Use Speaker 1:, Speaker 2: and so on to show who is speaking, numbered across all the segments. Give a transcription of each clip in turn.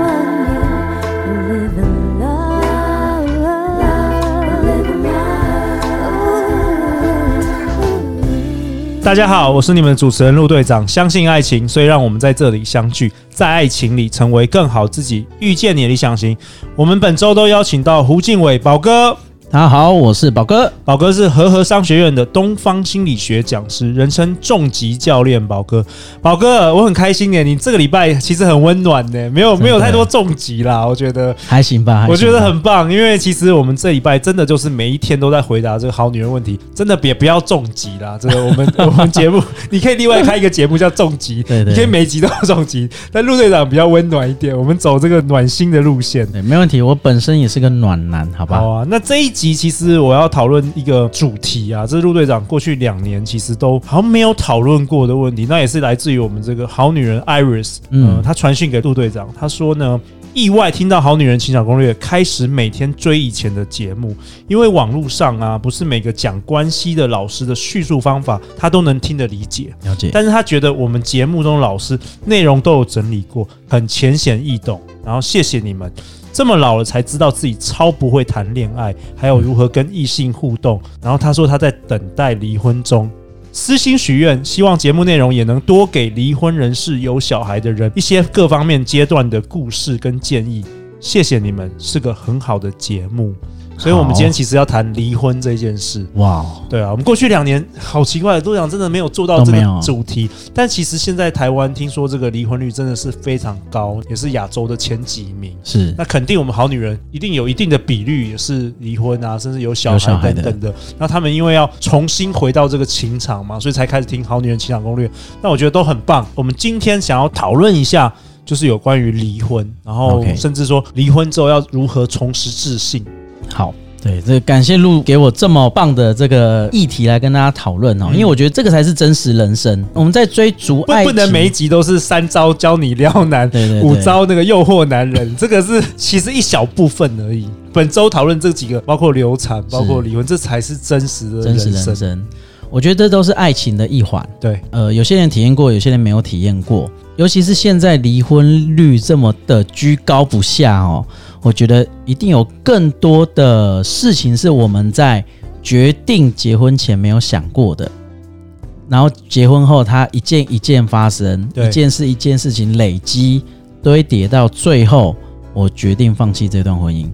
Speaker 1: want you, live in love, live in love.
Speaker 2: 大家好，我是你们的主持人陆队长。相信爱情，所以让我们在这里相聚，在爱情里成为更好自己，遇见你的理想型。我们本周都邀请到胡敬伟宝哥，
Speaker 3: 大家好，我是宝哥。
Speaker 2: 宝哥是和和商学院的东方心理学讲师，人称重疾教练。宝哥，宝哥，我很开心耶！你这个礼拜其实很温暖呢，没有没有太多重疾啦，我觉得。
Speaker 3: 还行吧，还行吧
Speaker 2: 我觉得很棒，因为其实我们这礼拜真的就是每一天都在回答这个好女人问题，真的别不要重疾啦。这个我们 我们节目，你可以另外开一个节目叫重疾，
Speaker 3: 对对
Speaker 2: 你可以每集都要重疾。但陆队长比较温暖一点，我们走这个暖心的路线。
Speaker 3: 对，没问题。我本身也是个暖男，好吧？
Speaker 2: 好啊，那这一集其实我要讨论一个主题啊，这是陆队长过去两年其实都好像没有讨论过的问题，那也是来自于我们这个好女人 Iris，嗯、
Speaker 3: 嗯
Speaker 2: 她传讯给陆队长，她说呢。意外听到《好女人情场攻略》，开始每天追以前的节目，因为网络上啊，不是每个讲关系的老师的叙述方法，她都能听得理解。
Speaker 3: 了解。
Speaker 2: 但是他觉得我们节目中老师内容都有整理过，很浅显易懂。然后谢谢你们，这么老了才知道自己超不会谈恋爱，还有如何跟异性互动。然后他说他在等待离婚中。私心许愿，希望节目内容也能多给离婚人士、有小孩的人一些各方面阶段的故事跟建议。谢谢你们，是个很好的节目。所以，我们今天其实要谈离婚这件事。
Speaker 3: 哇，
Speaker 2: 对啊，我们过去两年好奇怪，陆长真的没有做到
Speaker 3: 都
Speaker 2: 这
Speaker 3: 没
Speaker 2: 个
Speaker 3: 有
Speaker 2: 主题。但其实现在台湾听说这个离婚率真的是非常高，也是亚洲的前几名。
Speaker 3: 是
Speaker 2: 那肯定我们好女人一定有一定的比率也是离婚啊，甚至有小
Speaker 3: 有小
Speaker 2: 孩
Speaker 3: 孩的
Speaker 2: 等等的。那他们因为要重新回到这个情场嘛，所以才开始听《好女人情场攻略》。那我觉得都很棒。我们今天想要讨论一下。就是有关于离婚，然后
Speaker 3: OK
Speaker 2: 甚至说离婚之后要如何重拾自信。
Speaker 3: 好。对，这感谢路给我这么棒的这个议题来跟大家讨论哦，因为我觉得这个才是真实人生。我们在追逐
Speaker 2: 嗯不
Speaker 3: 爱情，
Speaker 2: 不能每一集都是三招教你撩男，
Speaker 3: 对对对
Speaker 2: 五招那个诱惑男人， 这个是其实一小部分而已。本周讨论这几个，包括流产，包括离婚，这才是真实的
Speaker 3: 真实
Speaker 2: 人
Speaker 3: 人
Speaker 2: 生。
Speaker 3: 生。我觉得这都是爱情的一环。
Speaker 2: 对，
Speaker 3: 呃，有些人体验过，有些人没有体验过。尤其是现在离婚率这么的居高不下哦，我觉得一定有更多的事情是我们在决定结婚前没有想过的。然后结婚后，它一件一件发生，
Speaker 2: 对
Speaker 3: 一件事一件事情累积堆叠到最后，我决定放弃这段婚姻。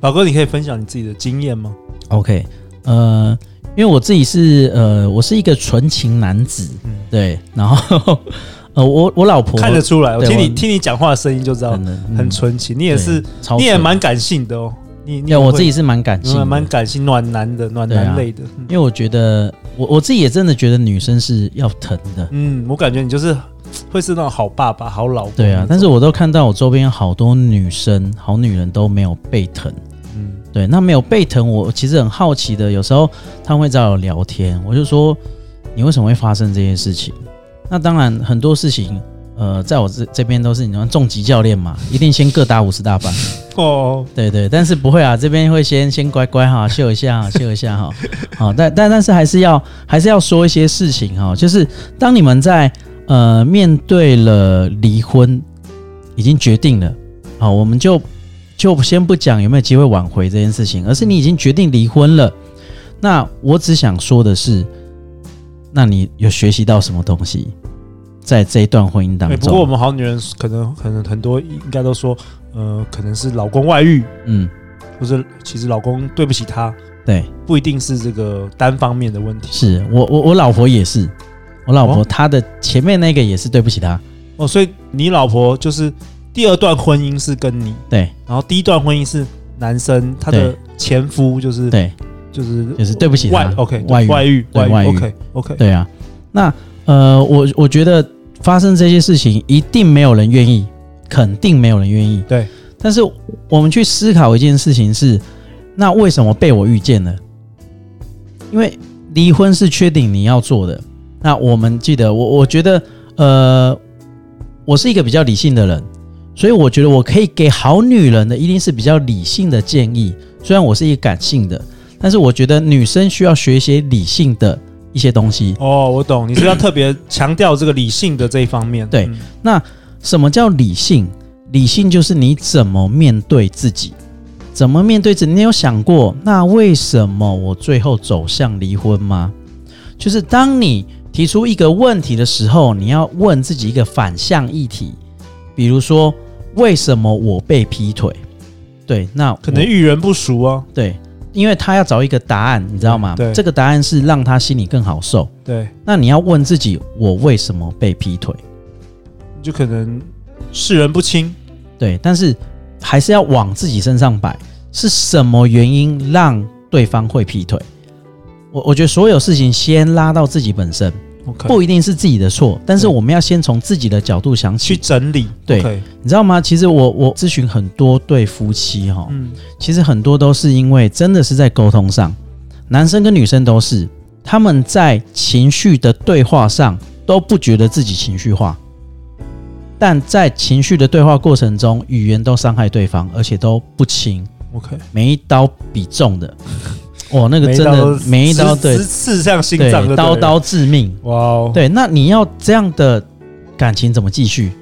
Speaker 2: 宝哥，你可以分享你自己的经验吗？
Speaker 3: OK，呃，因为我自己是呃，我是一个纯情男子，
Speaker 2: 嗯
Speaker 3: 对，然后 呃，我我老婆
Speaker 2: 看得出来，我
Speaker 3: 对
Speaker 2: 听你
Speaker 3: 我
Speaker 2: 听你讲话的声音就知道
Speaker 3: 真的嗯
Speaker 2: 很纯情，你也是
Speaker 3: 对，超
Speaker 2: 你也
Speaker 3: 纯
Speaker 2: 蛮感性的哦。你你
Speaker 3: 对，我
Speaker 2: 会
Speaker 3: 自己是蛮感
Speaker 2: 你
Speaker 3: 性的，
Speaker 2: 蛮蛮感性，暖男的暖
Speaker 3: 对啊
Speaker 2: 男类的。嗯
Speaker 3: 因为我觉得我我自己也真的觉得女生是要疼的，
Speaker 2: 嗯，我感觉你就是会是那种好爸爸、好老公
Speaker 3: 对啊
Speaker 2: 那，
Speaker 3: 但是
Speaker 2: 种
Speaker 3: 我都看到我周边好多女生、好女人都没有被疼。
Speaker 2: 嗯
Speaker 3: 对，那没有被疼，我其实很好奇的。有时候他们会找我聊天，我就说你为什么会发生这些事情？那当然很多事情，呃，在我这这边都是你们重疾教练嘛，一定先各打五十大板。
Speaker 2: 哦，
Speaker 3: 对对，但是不会啊，这边会先先乖乖哈，秀一下哈，秀一下哈，好，但但但是还是要还是要说一些事情哈，就是当你们在呃面对了离婚已经决定了，好，我们就就先不讲有没有机会挽回这件事情，而是你已经决定离婚了，那我只想说的是，那你有学习到什么东西在这一段婚姻当
Speaker 2: 欸
Speaker 3: 中？
Speaker 2: 不过我们好女人可能可能很多应该都说，呃，可能是老公外遇，
Speaker 3: 嗯，
Speaker 2: 或者其实老公对不起她，
Speaker 3: 对。
Speaker 2: 不一定是这个单方面的问题
Speaker 3: 是我我我老婆也是，我老婆
Speaker 2: 哦
Speaker 3: 她的前面那个也是对不起她，
Speaker 2: 哦。所以你老婆就是第二段婚姻是跟你，
Speaker 3: 对
Speaker 2: 然后第一段婚姻是男生他的
Speaker 3: 对
Speaker 2: 前夫，就是
Speaker 3: 对
Speaker 2: 就是
Speaker 3: 就是对不起
Speaker 2: 外
Speaker 3: 他
Speaker 2: OK
Speaker 3: 外遇
Speaker 2: 外遇
Speaker 3: 对外遇
Speaker 2: OK OK
Speaker 3: 对啊。那呃，我我觉得发生这些事情一定没有人愿意，肯定没有人愿意。
Speaker 2: 对，
Speaker 3: 但是我们去思考一件事情是，那为什么被我遇见了？因为离婚是确定你要做的。那我们记得，我我觉得，呃，我是一个比较理性的人，所以我觉得我可以给好女人的一定是比较理性的建议，虽然我是一个感性的，但是我觉得女生需要学一些理性的一些东西。
Speaker 2: 哦，我懂，你是要特别强调这个理性的这一方面。
Speaker 3: 对
Speaker 2: 嗯
Speaker 3: 那什么叫理性？理性就是你怎么面对自己，怎么面对自己。你有想过，那为什么我最后走向离婚吗？就是当你提出一个问题的时候，你要问自己一个反向议题，比如说为什么我被劈腿？对，那
Speaker 2: 可能
Speaker 3: 我
Speaker 2: 遇人不熟啊。
Speaker 3: 对，因为他要找一个答案，你知道吗？
Speaker 2: 对
Speaker 3: 这个答案是让他心里更好受。
Speaker 2: 对，
Speaker 3: 那你要问自己，我为什么被劈腿？
Speaker 2: 就可能世人不清。
Speaker 3: 对，但是还是要往自己身上摆，是什么原因让对方会劈腿？我我觉得所有事情先拉到自己本身，
Speaker 2: OK，
Speaker 3: 不一定是自己的错，但是
Speaker 2: 对
Speaker 3: 我们要先从自己的角度想
Speaker 2: 去
Speaker 3: 起，
Speaker 2: 整理。
Speaker 3: 对
Speaker 2: OK，
Speaker 3: 你知道吗？其实我我咨询很多对夫妻哈、
Speaker 2: 嗯，
Speaker 3: 其实很多都是因为真的是在沟通上，男生跟女生都是，他们在情绪的对话上都不觉得自己情绪化，但在情绪的对话过程中，语言都伤害对方，而且都不轻，
Speaker 2: OK，
Speaker 3: 每一刀比中 的，哇，那个
Speaker 2: 每一
Speaker 3: 真的每一刀
Speaker 2: 直
Speaker 3: 对
Speaker 2: 直刺向心脏就对
Speaker 3: 对
Speaker 2: 了，
Speaker 3: 刀刀致命，
Speaker 2: 哇哦，
Speaker 3: 对，那你要这样的感情怎么继续？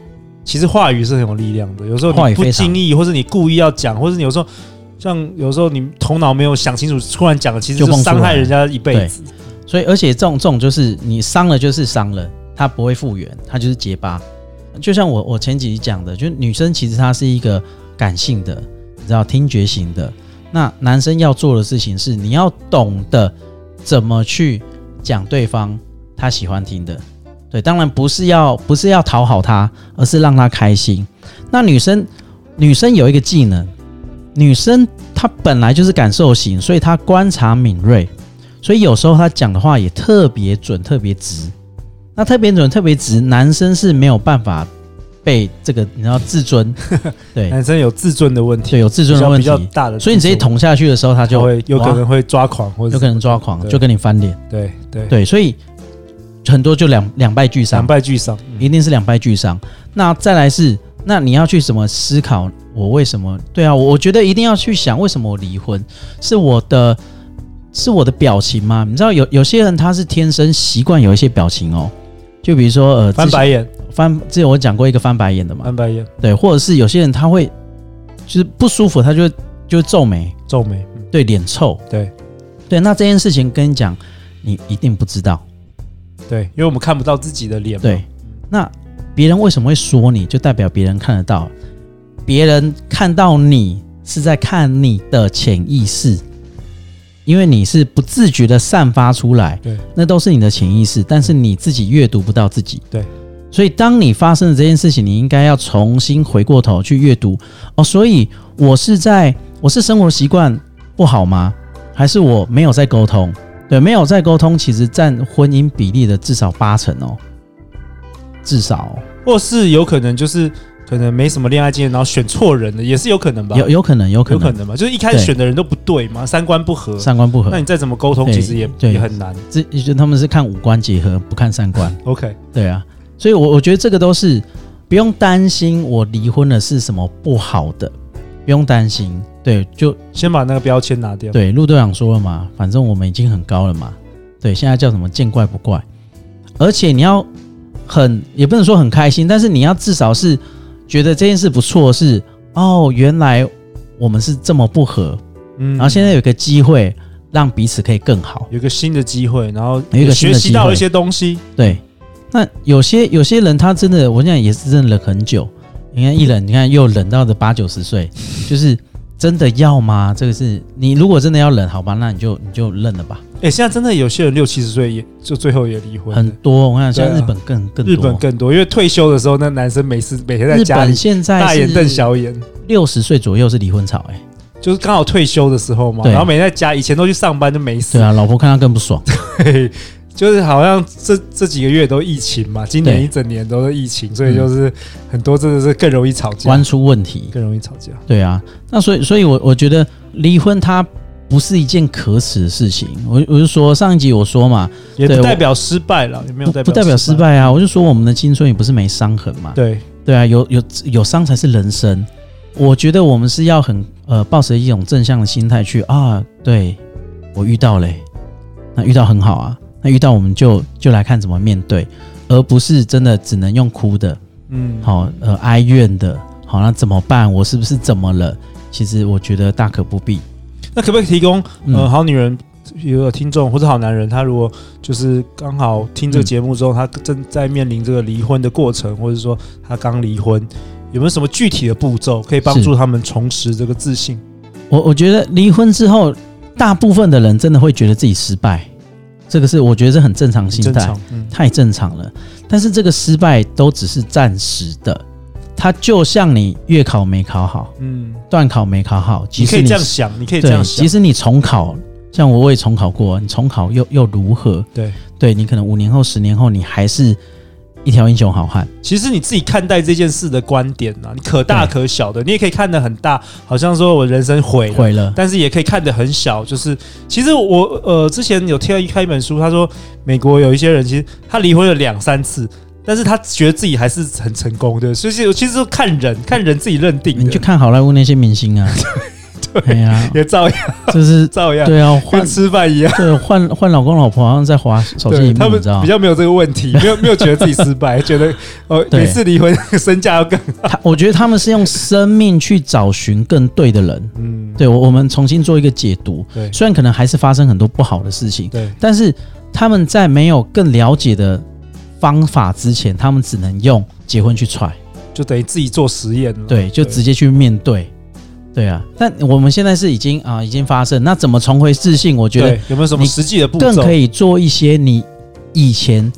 Speaker 2: 其实话语是很有力量的，有时候
Speaker 3: 话
Speaker 2: 你
Speaker 3: 语
Speaker 2: 不
Speaker 3: 非常
Speaker 2: 经意，或是你故意要讲，或是你有时候像有时候你头脑没有想清楚，突然讲了，其实
Speaker 3: 就
Speaker 2: 就
Speaker 3: 蹦出
Speaker 2: 伤害
Speaker 3: 来
Speaker 2: 人家一辈子。
Speaker 3: 所以，而且这种这种就是你伤了就是伤了，它不会复原，它就是结疤。就像我我前几集讲的，就是女生其实她是一个感性的，你知道听觉型的。那男生要做的事情是，你要懂得怎么去讲对方他喜欢听的。对，当然不是要不是要讨好他，而是让他开心。那女生女生有一个技能，女生她本来就是感受型，所以她观察敏锐。所以有时候他讲的话也特别准、特别直。那特别准、特别直，男生是没有办法被这个，你知道自尊，对
Speaker 2: 男生有自尊的问
Speaker 3: 对，
Speaker 2: 题，
Speaker 3: 有自
Speaker 2: 比
Speaker 3: 尊的
Speaker 2: 较
Speaker 3: 问
Speaker 2: 比
Speaker 3: 题
Speaker 2: 较，大的自尊，
Speaker 3: 所以你直接捅下去的时候，他
Speaker 2: 他
Speaker 3: 就
Speaker 2: 会有可
Speaker 3: 哇
Speaker 2: 能会抓狂，或者
Speaker 3: 有可能抓狂，
Speaker 2: 对
Speaker 3: 就跟你翻脸，
Speaker 2: 对对
Speaker 3: 对，所以很多就两两败俱
Speaker 2: 两
Speaker 3: 伤，
Speaker 2: 败俱伤。
Speaker 3: 一定是两败俱伤。那再来是，那你要去怎么思考？我为什么？对啊，我我觉得一定要去想，为什么我离婚？是我的，是我的表情吗？你知道有有些人他是天生习惯有一些表情哦，就比如说呃，
Speaker 2: 翻
Speaker 3: 之前
Speaker 2: 白眼，
Speaker 3: 翻，之前我讲过一个翻白眼的嘛，
Speaker 2: 翻白眼，
Speaker 3: 对，或者是有些人他会就是不舒服，他就就皱眉，
Speaker 2: 皱眉，嗯
Speaker 3: 对，脸臭，
Speaker 2: 对
Speaker 3: 对。那这件事情跟你讲，你一定不知道。
Speaker 2: 对，因为我们看不到自己的脸嘛。
Speaker 3: 对，那别人为什么会说你，就代表别人看得到，别人看到你是在看你的潜意识，因为你是不自觉的散发出来，
Speaker 2: 对，
Speaker 3: 那都是你的潜意识，但是你自己阅读不到自己，
Speaker 2: 对。
Speaker 3: 所以，当你发生了这件事情，你应该要重新回过头去阅读哦。所以，我是在我是生活习惯不好吗？还是我没有在沟通？对，没有在沟通，其实占婚姻比例的至少八成哦，至少
Speaker 2: 或是有可能就是可能没什么恋爱经验，然后选错人了，也是有可能吧？
Speaker 3: 哦有有可能，有可
Speaker 2: 有可
Speaker 3: 能
Speaker 2: 能吧？就是一开始
Speaker 3: 对
Speaker 2: 选的人都不对嘛，三观不合，
Speaker 3: 三观不合
Speaker 2: 那，你再怎么沟通，
Speaker 3: 对
Speaker 2: 其实也
Speaker 3: 对
Speaker 2: 也很难。
Speaker 3: 这就他们是看五官结合，不看三观。
Speaker 2: OK，
Speaker 3: 对啊，所以我我觉得这个都是不用担心，我离婚了是什么不好的，不用担心。对，就
Speaker 2: 先把那个标签拿掉。
Speaker 3: 对，陆队长说了嘛，反正我们已经很高了嘛。对，现在叫什么见怪不怪。而且你要很，也不能说很开心，但是你要至少是觉得这件事不错，是哦，原来我们是这么不合，
Speaker 2: 嗯
Speaker 3: 然后现在有一个机会让彼此可以更好。
Speaker 2: 有一个新的机会，然后
Speaker 3: 有一个新
Speaker 2: 学
Speaker 3: 的
Speaker 2: 习
Speaker 3: 机
Speaker 2: 到
Speaker 3: 会
Speaker 2: 一些东西。
Speaker 3: 对，那有些有些人他真的，我想也是真的忍很久。你看一忍，你看又忍到了八九十岁，就是真的要吗？这个是你如果真的要忍，好吧，那你就你就认了吧。
Speaker 2: 哎，现在真的有些人六七十岁也就最后也离婚
Speaker 3: 很
Speaker 2: 了，
Speaker 3: 多，我看现在
Speaker 2: 对啊
Speaker 3: 日本更、更多，
Speaker 2: 日本更多，因为退休的时候，那男生每次每天在
Speaker 3: 日
Speaker 2: 家里
Speaker 3: 本现在
Speaker 2: 大眼瞪
Speaker 3: 是
Speaker 2: 小眼。
Speaker 3: 六十岁左右是离婚潮、哎，
Speaker 2: 就是刚好退休的时候嘛，
Speaker 3: 对
Speaker 2: 然后每天在家，以前都去上班就没事
Speaker 3: 对，啊，老婆看他更 不爽，
Speaker 2: 对， 就是好像这这几个月都疫情嘛，今年
Speaker 3: 对
Speaker 2: 一整年都是疫情，所以就是很多真的是更容易吵架
Speaker 3: 关，出问题。
Speaker 2: 更容易吵架。
Speaker 3: 对啊，那所以，所以我我觉得离婚它不是一件可耻的事情。我我就说上一集我说嘛，
Speaker 2: 也
Speaker 3: 对
Speaker 2: 不
Speaker 3: 我
Speaker 2: 代表失败了，也没有
Speaker 3: 不
Speaker 2: 代表
Speaker 3: 不代表失
Speaker 2: 败。啊
Speaker 3: 败啊，我就说我们的青春也不是没伤痕嘛。
Speaker 2: 对，
Speaker 3: 对啊，有有有伤才是人生。我觉得我们是要很呃，抱持一种正向的心态去啊，对我遇到嘞、欸那遇到很好啊，那遇到我们就就来看怎么面对，而不是真的只能用哭的，
Speaker 2: 嗯，
Speaker 3: 好呃哀怨的，好那怎么办？我是不是怎么了？其实我觉得大可不必。
Speaker 2: 那可不可以提供呃
Speaker 3: 嗯
Speaker 2: 好女人？有听众或者好男人，他如果就是刚好听这个节目之后，他正在面临这个离婚的过程，或者说他刚离婚，有没有什么具体的步骤可以帮助他们重拾这个自信？
Speaker 3: 我我觉得离婚之后，大部分的人真的会觉得自己失败，这个是我觉得是很正常
Speaker 2: 很
Speaker 3: 心
Speaker 2: 正
Speaker 3: 态。
Speaker 2: 常，嗯，
Speaker 3: 太正常了。但是这个失败都只是暂时的，它就像你月考没考好，
Speaker 2: 嗯，
Speaker 3: 段考没考好，即
Speaker 2: 你可
Speaker 3: 使
Speaker 2: 以
Speaker 3: 你
Speaker 2: 这样想，你可以这
Speaker 3: 对，
Speaker 2: 样
Speaker 3: 即
Speaker 2: 想，
Speaker 3: 使你重考，像我我也重考过，你重考又又如何？
Speaker 2: 对。
Speaker 3: 对你可能五年后、十年后，你还是一条英雄好汉。
Speaker 2: 其实你自己看待这件事的观点啊呢、你可大可小的，你也可以看得很大，好像说我人生毁了，
Speaker 3: 毁了，
Speaker 2: 啊但是也可以看得很小。就是其实我呃之前有听到一看一本书，他说美国有一些人其实他离婚了两三次，但是他觉得自己还是很成功的，所以其实其实就看人看人自己认定的，
Speaker 3: 你去看好莱坞那些明 星啊，对呀，
Speaker 2: 也照样
Speaker 3: 就是
Speaker 2: 照样
Speaker 3: 对啊，
Speaker 2: 跟
Speaker 3: 换
Speaker 2: 吃饭一样。
Speaker 3: 对换换老公老婆好像在滑手机
Speaker 2: 对
Speaker 3: 屏
Speaker 2: 他
Speaker 3: 幕，
Speaker 2: 们
Speaker 3: 你知道
Speaker 2: 比
Speaker 3: 吗？
Speaker 2: 较没有这个问题，没有没有觉得自己失败，觉 得哦
Speaker 3: 对
Speaker 2: 每次离婚 身价要更
Speaker 3: 他我觉得他们是用生命去找寻更对的人。
Speaker 2: 嗯
Speaker 3: 对我，我们重新做一个解读。
Speaker 2: 对
Speaker 3: 虽然可能还是发生很多不好的事情，
Speaker 2: 对
Speaker 3: 但是他们在没有更了解的方法之前，他们只能用结婚去踹，
Speaker 2: 就等于自己做实验了，
Speaker 3: 对，就直接去面对。对啊，但我们现在是已经啊、已经发生，那怎么重回自信？我觉得
Speaker 2: 对有没有什么
Speaker 3: 你
Speaker 2: 实际的步骤？
Speaker 3: 更可以做一些你以前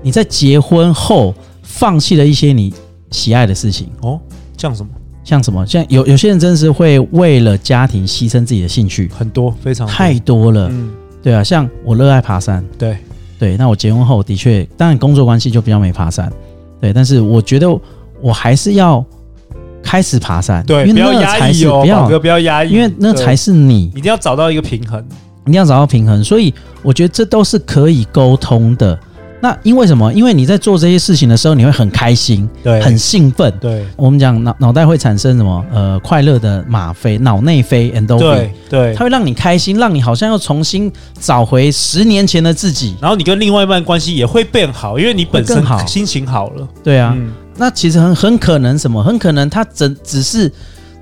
Speaker 3: 你在结婚后放弃了一些你喜爱的事情，
Speaker 2: 哦，像什么
Speaker 3: 像什么，像有有些人真是会为了家庭牺牲自己的兴趣，
Speaker 2: 很多非常多
Speaker 3: 太多了。
Speaker 2: 嗯
Speaker 3: 对啊，像我热爱爬山，
Speaker 2: 对
Speaker 3: 对，那我结婚后的确，当然工作关系就比较没爬山，对，但是我觉得我还是要开始爬山，
Speaker 2: 对，不
Speaker 3: 因为
Speaker 2: 要
Speaker 3: 那
Speaker 2: 压
Speaker 3: 才
Speaker 2: 抑
Speaker 3: 是
Speaker 2: 哦，
Speaker 3: 不
Speaker 2: 宝
Speaker 3: 要
Speaker 2: 哥，不要压抑，
Speaker 3: 因为那
Speaker 2: 对
Speaker 3: 才是你，
Speaker 2: 一定要找到一个平衡。
Speaker 3: 一定要找到平衡，所以我觉得这都是可以沟通的。那因为什么？因为你在做这些事情的时候，你会很开心，
Speaker 2: 对
Speaker 3: 很兴奋。
Speaker 2: 对
Speaker 3: 我们讲脑脑袋会产生什么？呃，快乐的吗啡、脑内啡 （endorphin），
Speaker 2: 对对
Speaker 3: 它。会让你开心，让你好像又重新找回十年前的自己。
Speaker 2: 然后你跟另外一半关系也会变好，因为你本
Speaker 3: 会
Speaker 2: 身
Speaker 3: 更好
Speaker 2: 心情好了。
Speaker 3: 对啊，
Speaker 2: 嗯，
Speaker 3: 那其实很很可能什么？很可能他只只是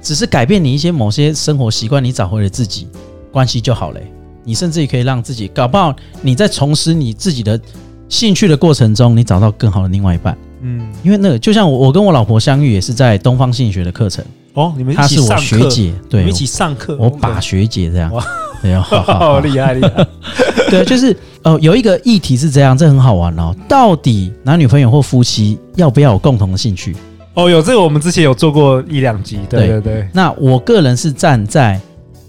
Speaker 3: 只是改变你一些某些生活习惯，你找回了自己，关系就好嘞、你甚至也可以让自己，搞不好你在重拾你自己的兴趣的过程中，你找到更好的另外一半。
Speaker 2: 嗯，
Speaker 3: 因为那个，就像我我跟我老婆相遇也是在东方心理学的课程，
Speaker 2: 哦，你们一
Speaker 3: 她
Speaker 2: 起
Speaker 3: 是我
Speaker 2: 上
Speaker 3: 学
Speaker 2: 课，
Speaker 3: 姐，
Speaker 2: 你
Speaker 3: 对
Speaker 2: 们一，起上课，
Speaker 3: 我我把学姐这样
Speaker 2: 哇，
Speaker 3: 对啊，哈 哈
Speaker 2: 好
Speaker 3: 哈
Speaker 2: 厉害厉害，
Speaker 3: 对，就是呃，有一个议题是这样，这很好玩哦。到底男女朋友或夫妻要不要有共同的兴趣？
Speaker 2: 哦，有这个我们之前有做过一两集，对对
Speaker 3: 对
Speaker 2: 对。
Speaker 3: 那我个人是站在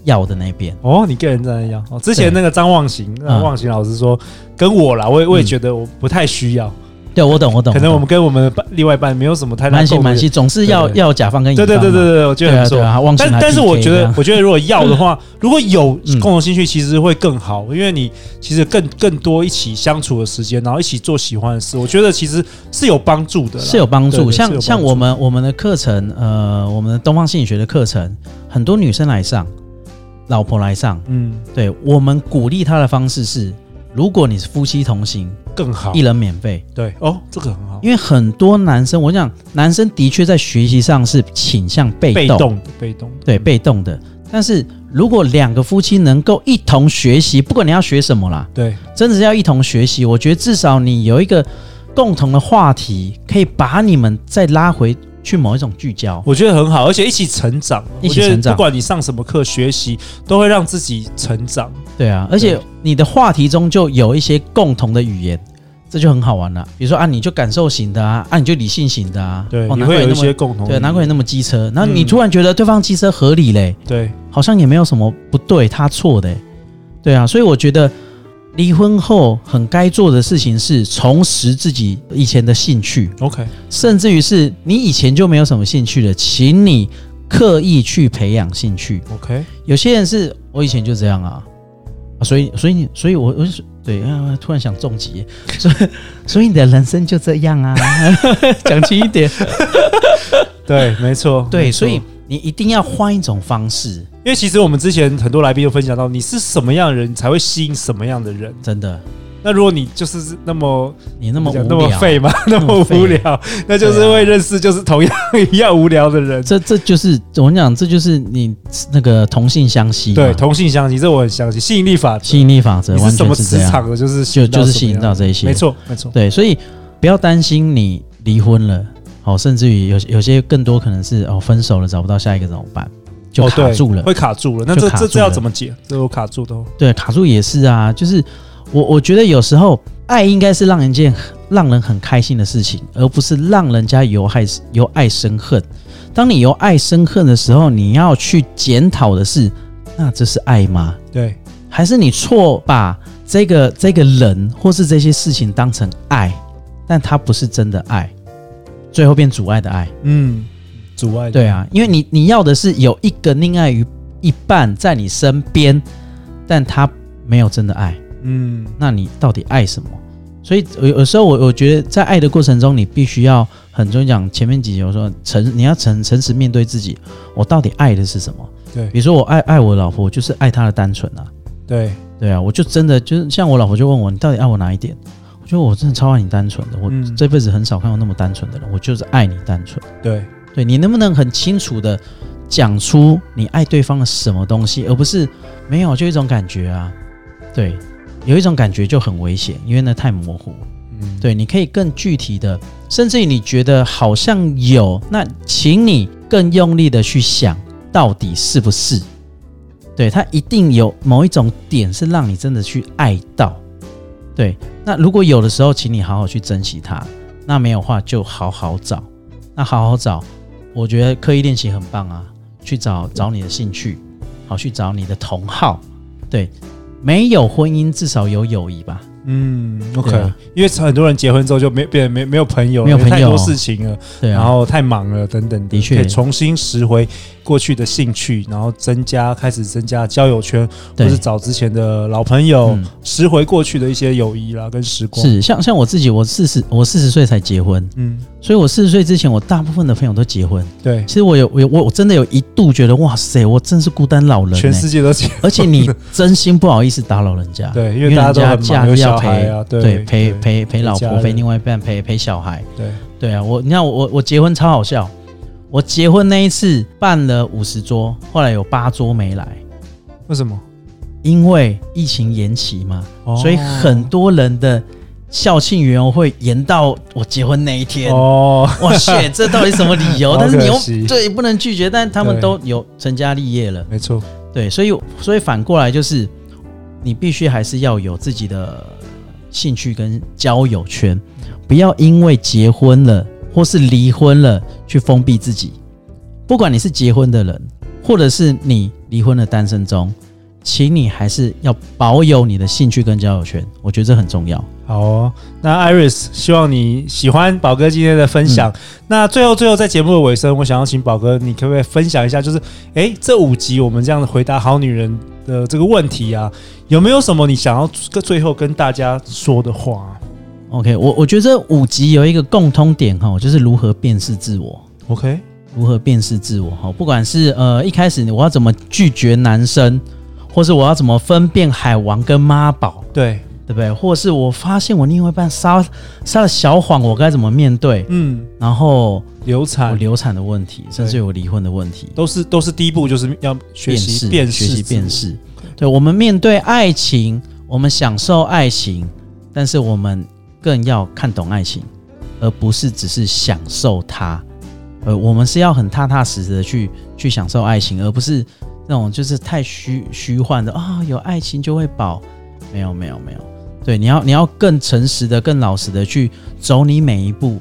Speaker 3: 要的那一边，
Speaker 2: 哦，你个人这样哦。之前
Speaker 3: 对嗯
Speaker 2: 那个张望行，张望行老师说跟我啦，我也我也觉得我不太需要，
Speaker 3: 对我嗯懂，我懂，
Speaker 2: 可能我们跟我们的伴另外一半没有什么太大
Speaker 3: 蛮系
Speaker 2: 共鸣
Speaker 3: 蛮系，总是要
Speaker 2: 对对
Speaker 3: 要甲方跟乙
Speaker 2: 对
Speaker 3: 方嘛，
Speaker 2: 对对对对，我觉得
Speaker 3: 对
Speaker 2: 很
Speaker 3: 啊
Speaker 2: 不错
Speaker 3: 对。啊，忘记
Speaker 2: 但
Speaker 3: 拿
Speaker 2: 但是
Speaker 3: PK
Speaker 2: 我觉
Speaker 3: 这
Speaker 2: 得
Speaker 3: 样，
Speaker 2: 我觉得如果要的话，如果有
Speaker 3: 嗯
Speaker 2: 共同兴趣，其实会更好，因为你其实更更多一起相处的时间，然后一起做喜欢的事，我觉得其实是有帮助的啦。
Speaker 3: 是有帮
Speaker 2: 对对是有
Speaker 3: 助，像
Speaker 2: 帮
Speaker 3: 像
Speaker 2: 助
Speaker 3: 我们我们的课程，呃，我们的东方心理学的课程，很多女生来上，老婆来上，
Speaker 2: 嗯
Speaker 3: 对我们鼓励她的方式是，如果你是夫妻同行，
Speaker 2: 更好
Speaker 3: 一。人免费，
Speaker 2: 对哦，这个很好，
Speaker 3: 因为很多男生，我想男生的确在学习上是倾向
Speaker 2: 被动的被动的
Speaker 3: 对，被动的。但是如果两个夫妻能够一同学习，不管你要学什么啦，
Speaker 2: 对
Speaker 3: 真的是要一同学习。我觉得至少你有一个共同的话题，可以把你们再拉回去某一种聚焦。
Speaker 2: 我觉得很好，而且一起成长。
Speaker 3: 一
Speaker 2: 我
Speaker 3: 起
Speaker 2: 觉得
Speaker 3: 成长
Speaker 2: 不管你上什么课学习，都会让自己成长。
Speaker 3: 对啊，而且你的话题中就有一些共同的语言。这就很好玩了，比如说啊，你就感受型的啊，啊，你就理性型的啊，
Speaker 2: 对，
Speaker 3: 哦
Speaker 2: 你
Speaker 3: 难怪
Speaker 2: 会有
Speaker 3: 那
Speaker 2: 一
Speaker 3: 么
Speaker 2: 些共同
Speaker 3: 对，难怪你那么机车，然后你
Speaker 2: 嗯
Speaker 3: 突然觉得对方机车合理嘞，
Speaker 2: 对
Speaker 3: 好像也没有什么不对，他错的欸、对啊，所以我觉得离婚后很该做的事情是重拾自己以前的兴趣，
Speaker 2: OK
Speaker 3: 甚至于是你以前就没有什么兴趣的，请你刻意去培养兴趣。
Speaker 2: OK，
Speaker 3: 有些人是我以前就这样啊，啊所以所以你所以我我是对啊，突然想重疾， 所以所以你的人生就这样啊， 讲轻一点。
Speaker 2: 对，没错，
Speaker 3: 对，
Speaker 2: 没错
Speaker 3: 所以你一定要换一种方式，
Speaker 2: 因为其实我们之前很多来宾都分享到，你是什么样的人，你才会吸引什么样的人。
Speaker 3: 真的。
Speaker 2: 那如果你就是那么
Speaker 3: 你那么
Speaker 2: 怎么讲
Speaker 3: 无
Speaker 2: 那
Speaker 3: 聊，
Speaker 2: 么废 嘛，那么
Speaker 3: 么废
Speaker 2: 无 聊，那就是会认识就是同样一样无聊的人。
Speaker 3: 这这就是我跟你讲，这就是你那个同性相吸嘛，
Speaker 2: 对，同性相吸，这我很相信，吸引力法则。
Speaker 3: 吸引力法则
Speaker 2: 你
Speaker 3: 完
Speaker 2: 是什
Speaker 3: 全
Speaker 2: 么
Speaker 3: 是这
Speaker 2: 磁
Speaker 3: 样，
Speaker 2: 场的，就是
Speaker 3: 就
Speaker 2: 到
Speaker 3: 就是
Speaker 2: 什么
Speaker 3: 吸引
Speaker 2: 样
Speaker 3: 到
Speaker 2: 的
Speaker 3: 这一些，
Speaker 2: 没。错，没错。
Speaker 3: 对，所以不要担心你离婚了，好、甚至于有有些更多可能是哦分手了找不到下一个怎么办，就
Speaker 2: 哦
Speaker 3: 卡
Speaker 2: 对
Speaker 3: 住了。
Speaker 2: 会卡住了。那
Speaker 3: 就
Speaker 2: 这
Speaker 3: 卡
Speaker 2: 这
Speaker 3: 住
Speaker 2: 这要
Speaker 3: 了
Speaker 2: 怎么解？这有卡住的哦，
Speaker 3: 对，卡住也是啊，就是我我觉得有时候爱应该是让人件让人很开心的事情，而不是让人家由爱由爱生恨。当你由爱生恨的时候，你要去检讨的是，那这是爱吗？
Speaker 2: 对，
Speaker 3: 还是你错把这个这个人或是这些事情当成爱，但它不是真的爱，最后变阻碍的爱。
Speaker 2: 嗯，阻碍。
Speaker 3: 对，啊，因为你你要的是有一个另外一一半在你身边，但他没有真的爱。
Speaker 2: 嗯，
Speaker 3: 那你到底爱什么？所以有有时候我我觉得在爱的过程中，你必须要很重要讲前面几集我说诚，你要诚诚实面对自己，我到底爱的是什么？
Speaker 2: 对
Speaker 3: 比如说我爱爱我老婆，我就是爱她的单纯啊，
Speaker 2: 对，
Speaker 3: 对啊，我就真的就是像我老婆就问我，你到底爱我哪一点？我觉得我真的超爱你单纯的，我
Speaker 2: 嗯
Speaker 3: 这辈子很少看到那么单纯的人，我就是爱你单纯。
Speaker 2: 对，
Speaker 3: 对你能不能很清楚的讲出你爱对方的什么东西，而不是没有就一种感觉啊？对，有一种感觉就很危险，因为那太模糊。
Speaker 2: 嗯，
Speaker 3: 对，你可以更具体的，甚至于你觉得好像有，那请你更用力的去想，到底是不是？对，它一定有某一种点是让你真的去爱到。对，那如果有的时候，请你好好去珍惜它；那没有的话，就好好找。那好好找，我觉得刻意练习很棒啊，去找
Speaker 2: 嗯
Speaker 3: 找你的兴趣，好去找你的同好。对，没有婚姻，至少有友谊吧。
Speaker 2: 嗯，OK，、
Speaker 3: 对啊
Speaker 2: 因为很多人结婚之后就没变没没有朋友了，
Speaker 3: 没有
Speaker 2: 因为
Speaker 3: 朋友
Speaker 2: 太多事情了，
Speaker 3: 对啊，
Speaker 2: 然后太忙了等等
Speaker 3: 的确
Speaker 2: 可以重新拾回过去的兴趣，然后增加开始增加交友圈，或
Speaker 3: 对
Speaker 2: 是找之前的老朋友，
Speaker 3: 嗯
Speaker 2: 拾回过去的一些友谊啦跟时光。，
Speaker 3: 是像像我自己，我四十我四十岁才结婚，
Speaker 2: 嗯，
Speaker 3: 所以我四十岁之前，我大部分的朋友都结婚。
Speaker 2: 对，
Speaker 3: 其实我有我有我我真的有一度觉得，哇塞，我真是孤单老人、欸。
Speaker 2: 全世界都
Speaker 3: 而且你真心不好意思打扰人家，
Speaker 2: 对因为
Speaker 3: 为
Speaker 2: 大家都
Speaker 3: 人
Speaker 2: 很忙
Speaker 3: 假
Speaker 2: 有
Speaker 3: 日
Speaker 2: 小
Speaker 3: 要
Speaker 2: 孩
Speaker 3: 陪
Speaker 2: 啊对
Speaker 3: 对陪
Speaker 2: 对
Speaker 3: 陪陪老
Speaker 2: 家
Speaker 3: 婆，陪
Speaker 2: 人
Speaker 3: 另外一半，陪陪小孩。
Speaker 2: 对，
Speaker 3: 对啊，我你看我我我结婚超好笑，我结婚那一次办了五十桌，后来有八桌没来，
Speaker 2: 为什么？
Speaker 3: 因为疫情延期嘛，
Speaker 2: 哦
Speaker 3: 所以很多人的校庆园游会延到我结婚那一天。
Speaker 2: 哦，
Speaker 3: 哇塞，这到底什么理 由？
Speaker 2: 好
Speaker 3: 但是你
Speaker 2: 可惜
Speaker 3: 又对不能拒绝，但他们
Speaker 2: 对
Speaker 3: 都有成家立业了，
Speaker 2: 没错，
Speaker 3: 对，所以所以反过来就是，你必须还是要有自己的兴趣跟交友圈，不要因为结婚了或是离婚了去封闭自己。不管你是结婚的人，或者是你离婚的单身中，请你还是要保有你的兴趣跟交友圈，我觉得这很重要。
Speaker 2: 好哦，那 Iris，希望你喜欢宝哥今天的分享。
Speaker 3: 嗯
Speaker 2: 那最后最后在节目的尾声，我想要请宝哥，你可不可以分享一下，就是诶，这五集我们这样回答好女人的这个问题啊，有没有什么你想要最最后跟大家说的话
Speaker 3: OK，我我觉得这五集有一个共通点哈，就是如何辨识自我。
Speaker 2: ？OK，
Speaker 3: 如何辨识自我哈，不管是呃一开始我要怎么拒绝男生，或是我要怎么分辨海王跟妈宝，
Speaker 2: 对，
Speaker 3: 对不对？或是我发现我另外一半撒撒了小谎，我该怎么面对？
Speaker 2: 嗯，
Speaker 3: 然后
Speaker 2: 流
Speaker 3: 我
Speaker 2: 产
Speaker 3: 哦流产的问题，甚至有离婚的问题，
Speaker 2: 都是都是第一步，就是要学习
Speaker 3: 辨
Speaker 2: 辨
Speaker 3: 识、
Speaker 2: 识
Speaker 3: 学习
Speaker 2: 自我
Speaker 3: 辨。识。对我们面对爱情，我们享受爱情，但是我们更要看懂爱情，而不是只是享受它。呃，我们是要很踏踏实实的去去享受爱情，而不是那种就是太虚虚幻的啊、有爱情就会饱，没有没有没有。对，你要你要更诚实的、更老实的去走你每一步，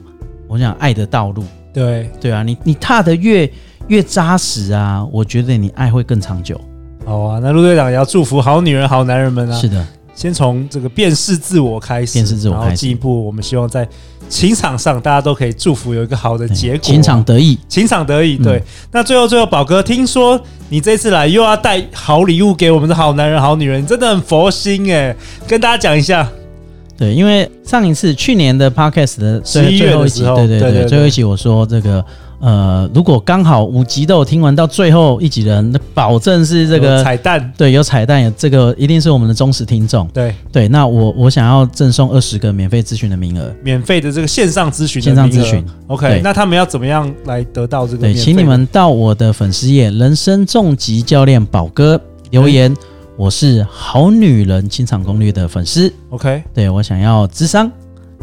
Speaker 3: 我想爱的道路。
Speaker 2: 对，
Speaker 3: 对啊，你你踏的越越扎实啊，我觉得你爱会更长久。
Speaker 2: 好啊，那陆队长也要祝福好女人、好男人们啊，
Speaker 3: 是的，
Speaker 2: 先从这个辨识自我开始，
Speaker 3: 辨识自我
Speaker 2: 然后
Speaker 3: 开始
Speaker 2: 进一步，我们希望在情场上大家都可以祝福有一个好的结果，啊
Speaker 3: 情场得嗯意，
Speaker 2: 情场得意。对，那最后最后，宝哥，听说你这次来又要带好礼物给我们的好男人、好女人，真的很佛心哎，跟大家讲一下。
Speaker 3: 对，因为上一次去年的 podcast 的
Speaker 2: 11
Speaker 3: 最
Speaker 2: 月
Speaker 3: 最后一
Speaker 2: 的
Speaker 3: 集，
Speaker 2: 时候
Speaker 3: 对对
Speaker 2: 对对对
Speaker 3: 最后一集我说这个。呃，如果刚好五集都有听完到最后一集的人，那保证是这
Speaker 2: 有
Speaker 3: 个
Speaker 2: 彩蛋，
Speaker 3: 对有彩蛋，有这个一定是我们的忠实听众。
Speaker 2: 对，
Speaker 3: 对，那我我想要赠送二十个免费咨询的名额。
Speaker 2: 免费的这个线上咨询的
Speaker 3: 线上
Speaker 2: 名额
Speaker 3: 咨询
Speaker 2: ，OK，
Speaker 3: 对
Speaker 2: 那他们要怎么样来得到这个免
Speaker 3: 对，
Speaker 2: 费的？
Speaker 3: 请你们到我的粉丝页“人生重疾教练宝哥”留言，我是《好女人清场攻略》的粉丝，
Speaker 2: OK
Speaker 3: 对我想要智商，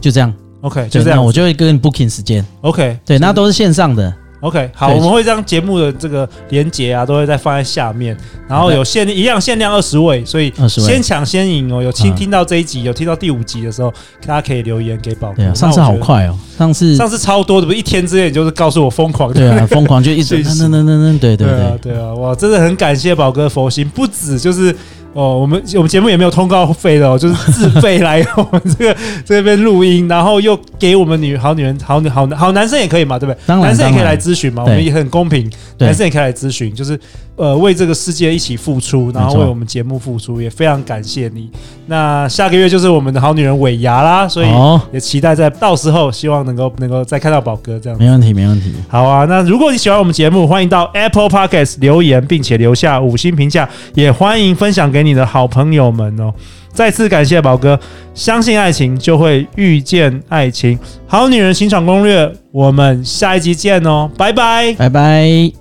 Speaker 3: 就这样，
Speaker 2: OK
Speaker 3: 对
Speaker 2: 哎就这
Speaker 3: 那
Speaker 2: 样
Speaker 3: 我
Speaker 2: 子
Speaker 3: 就会跟你 booking 时间。
Speaker 2: ，OK
Speaker 3: 对，那都是线上的，
Speaker 2: OK 好，
Speaker 3: 对
Speaker 2: 我们会将节目的这个连接啊，都会再放在下面，然后有限一样限量二十位，所以
Speaker 3: 20位
Speaker 2: 先抢先赢哦。有听
Speaker 3: 嗯
Speaker 2: 听到这一集，有听到第五集的时候，大家可以留言给宝哥。
Speaker 3: 对啊，上
Speaker 2: 那
Speaker 3: 次
Speaker 2: 我
Speaker 3: 好
Speaker 2: 觉得，
Speaker 3: 快哦，上次
Speaker 2: 上次超多的，不是一天之内你就是告诉我疯狂的。
Speaker 3: 对啊，疯狂就一 直
Speaker 2: 确实
Speaker 3: 噔噔噔噔噔，对对
Speaker 2: 对啊
Speaker 3: 对，，
Speaker 2: 对啊，哇，真的很感谢宝哥佛心，不止就是哦，我们我们节目也没有通告费的哦，就是自费来我们这个这边录音，然后又给我们女好女人、好女好男好男生也可以嘛，对不对？
Speaker 3: 当然
Speaker 2: 男生也可以
Speaker 3: 当然
Speaker 2: 来咨询嘛，我
Speaker 3: 对
Speaker 2: 们也很公平，
Speaker 3: 对
Speaker 2: 男生也可以来咨询，就是呃为这个世界一起付出，然后
Speaker 3: 没错
Speaker 2: 为我们节目付出，也非常感谢你。那下个月就是我们的好女人尾牙啦，所以
Speaker 3: 好，
Speaker 2: 也期待在到时候，希望能够能够再看到宝哥这样子。
Speaker 3: 没问题没问题，
Speaker 2: 好啊，那如果你喜欢我们节目，欢迎到 Apple Podcast 留言，并且留下五星评价，也欢迎分享给你的好朋友们哦。再次感谢宝哥，相信爱情就会遇见爱情，好女人情场攻略，我们下一集见哦，拜拜。
Speaker 3: 拜拜。